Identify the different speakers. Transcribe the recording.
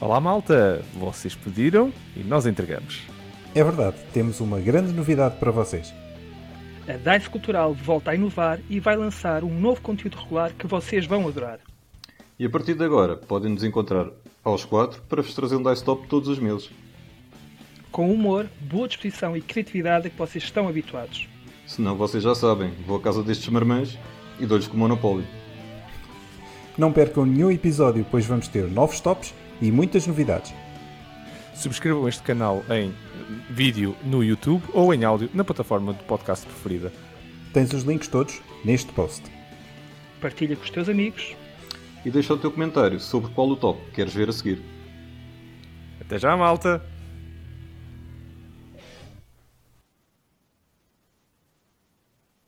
Speaker 1: Olá malta, vocês pediram e nós entregamos.
Speaker 2: É verdade, temos uma grande novidade para vocês.
Speaker 3: A DICE Cultural volta a inovar e vai lançar um novo conteúdo regular que vocês vão adorar.
Speaker 4: E a partir de agora, podem nos encontrar aos quatro para vos trazer um Dice Top todos os meses.
Speaker 3: Com humor, boa disposição e criatividade a que vocês estão habituados.
Speaker 4: Se não, vocês já sabem, vou à casa destes marmães e dou-lhes com o Monopólio.
Speaker 2: Não percam nenhum episódio, pois vamos ter novos tops e muitas novidades.
Speaker 1: Subscrevam este canal em vídeo no YouTube ou em áudio na plataforma de podcast preferida.
Speaker 2: Tens os links todos neste post.
Speaker 3: Partilha com os teus amigos.
Speaker 4: E deixa o teu comentário sobre qual o top queres ver a seguir.
Speaker 1: Até já malta!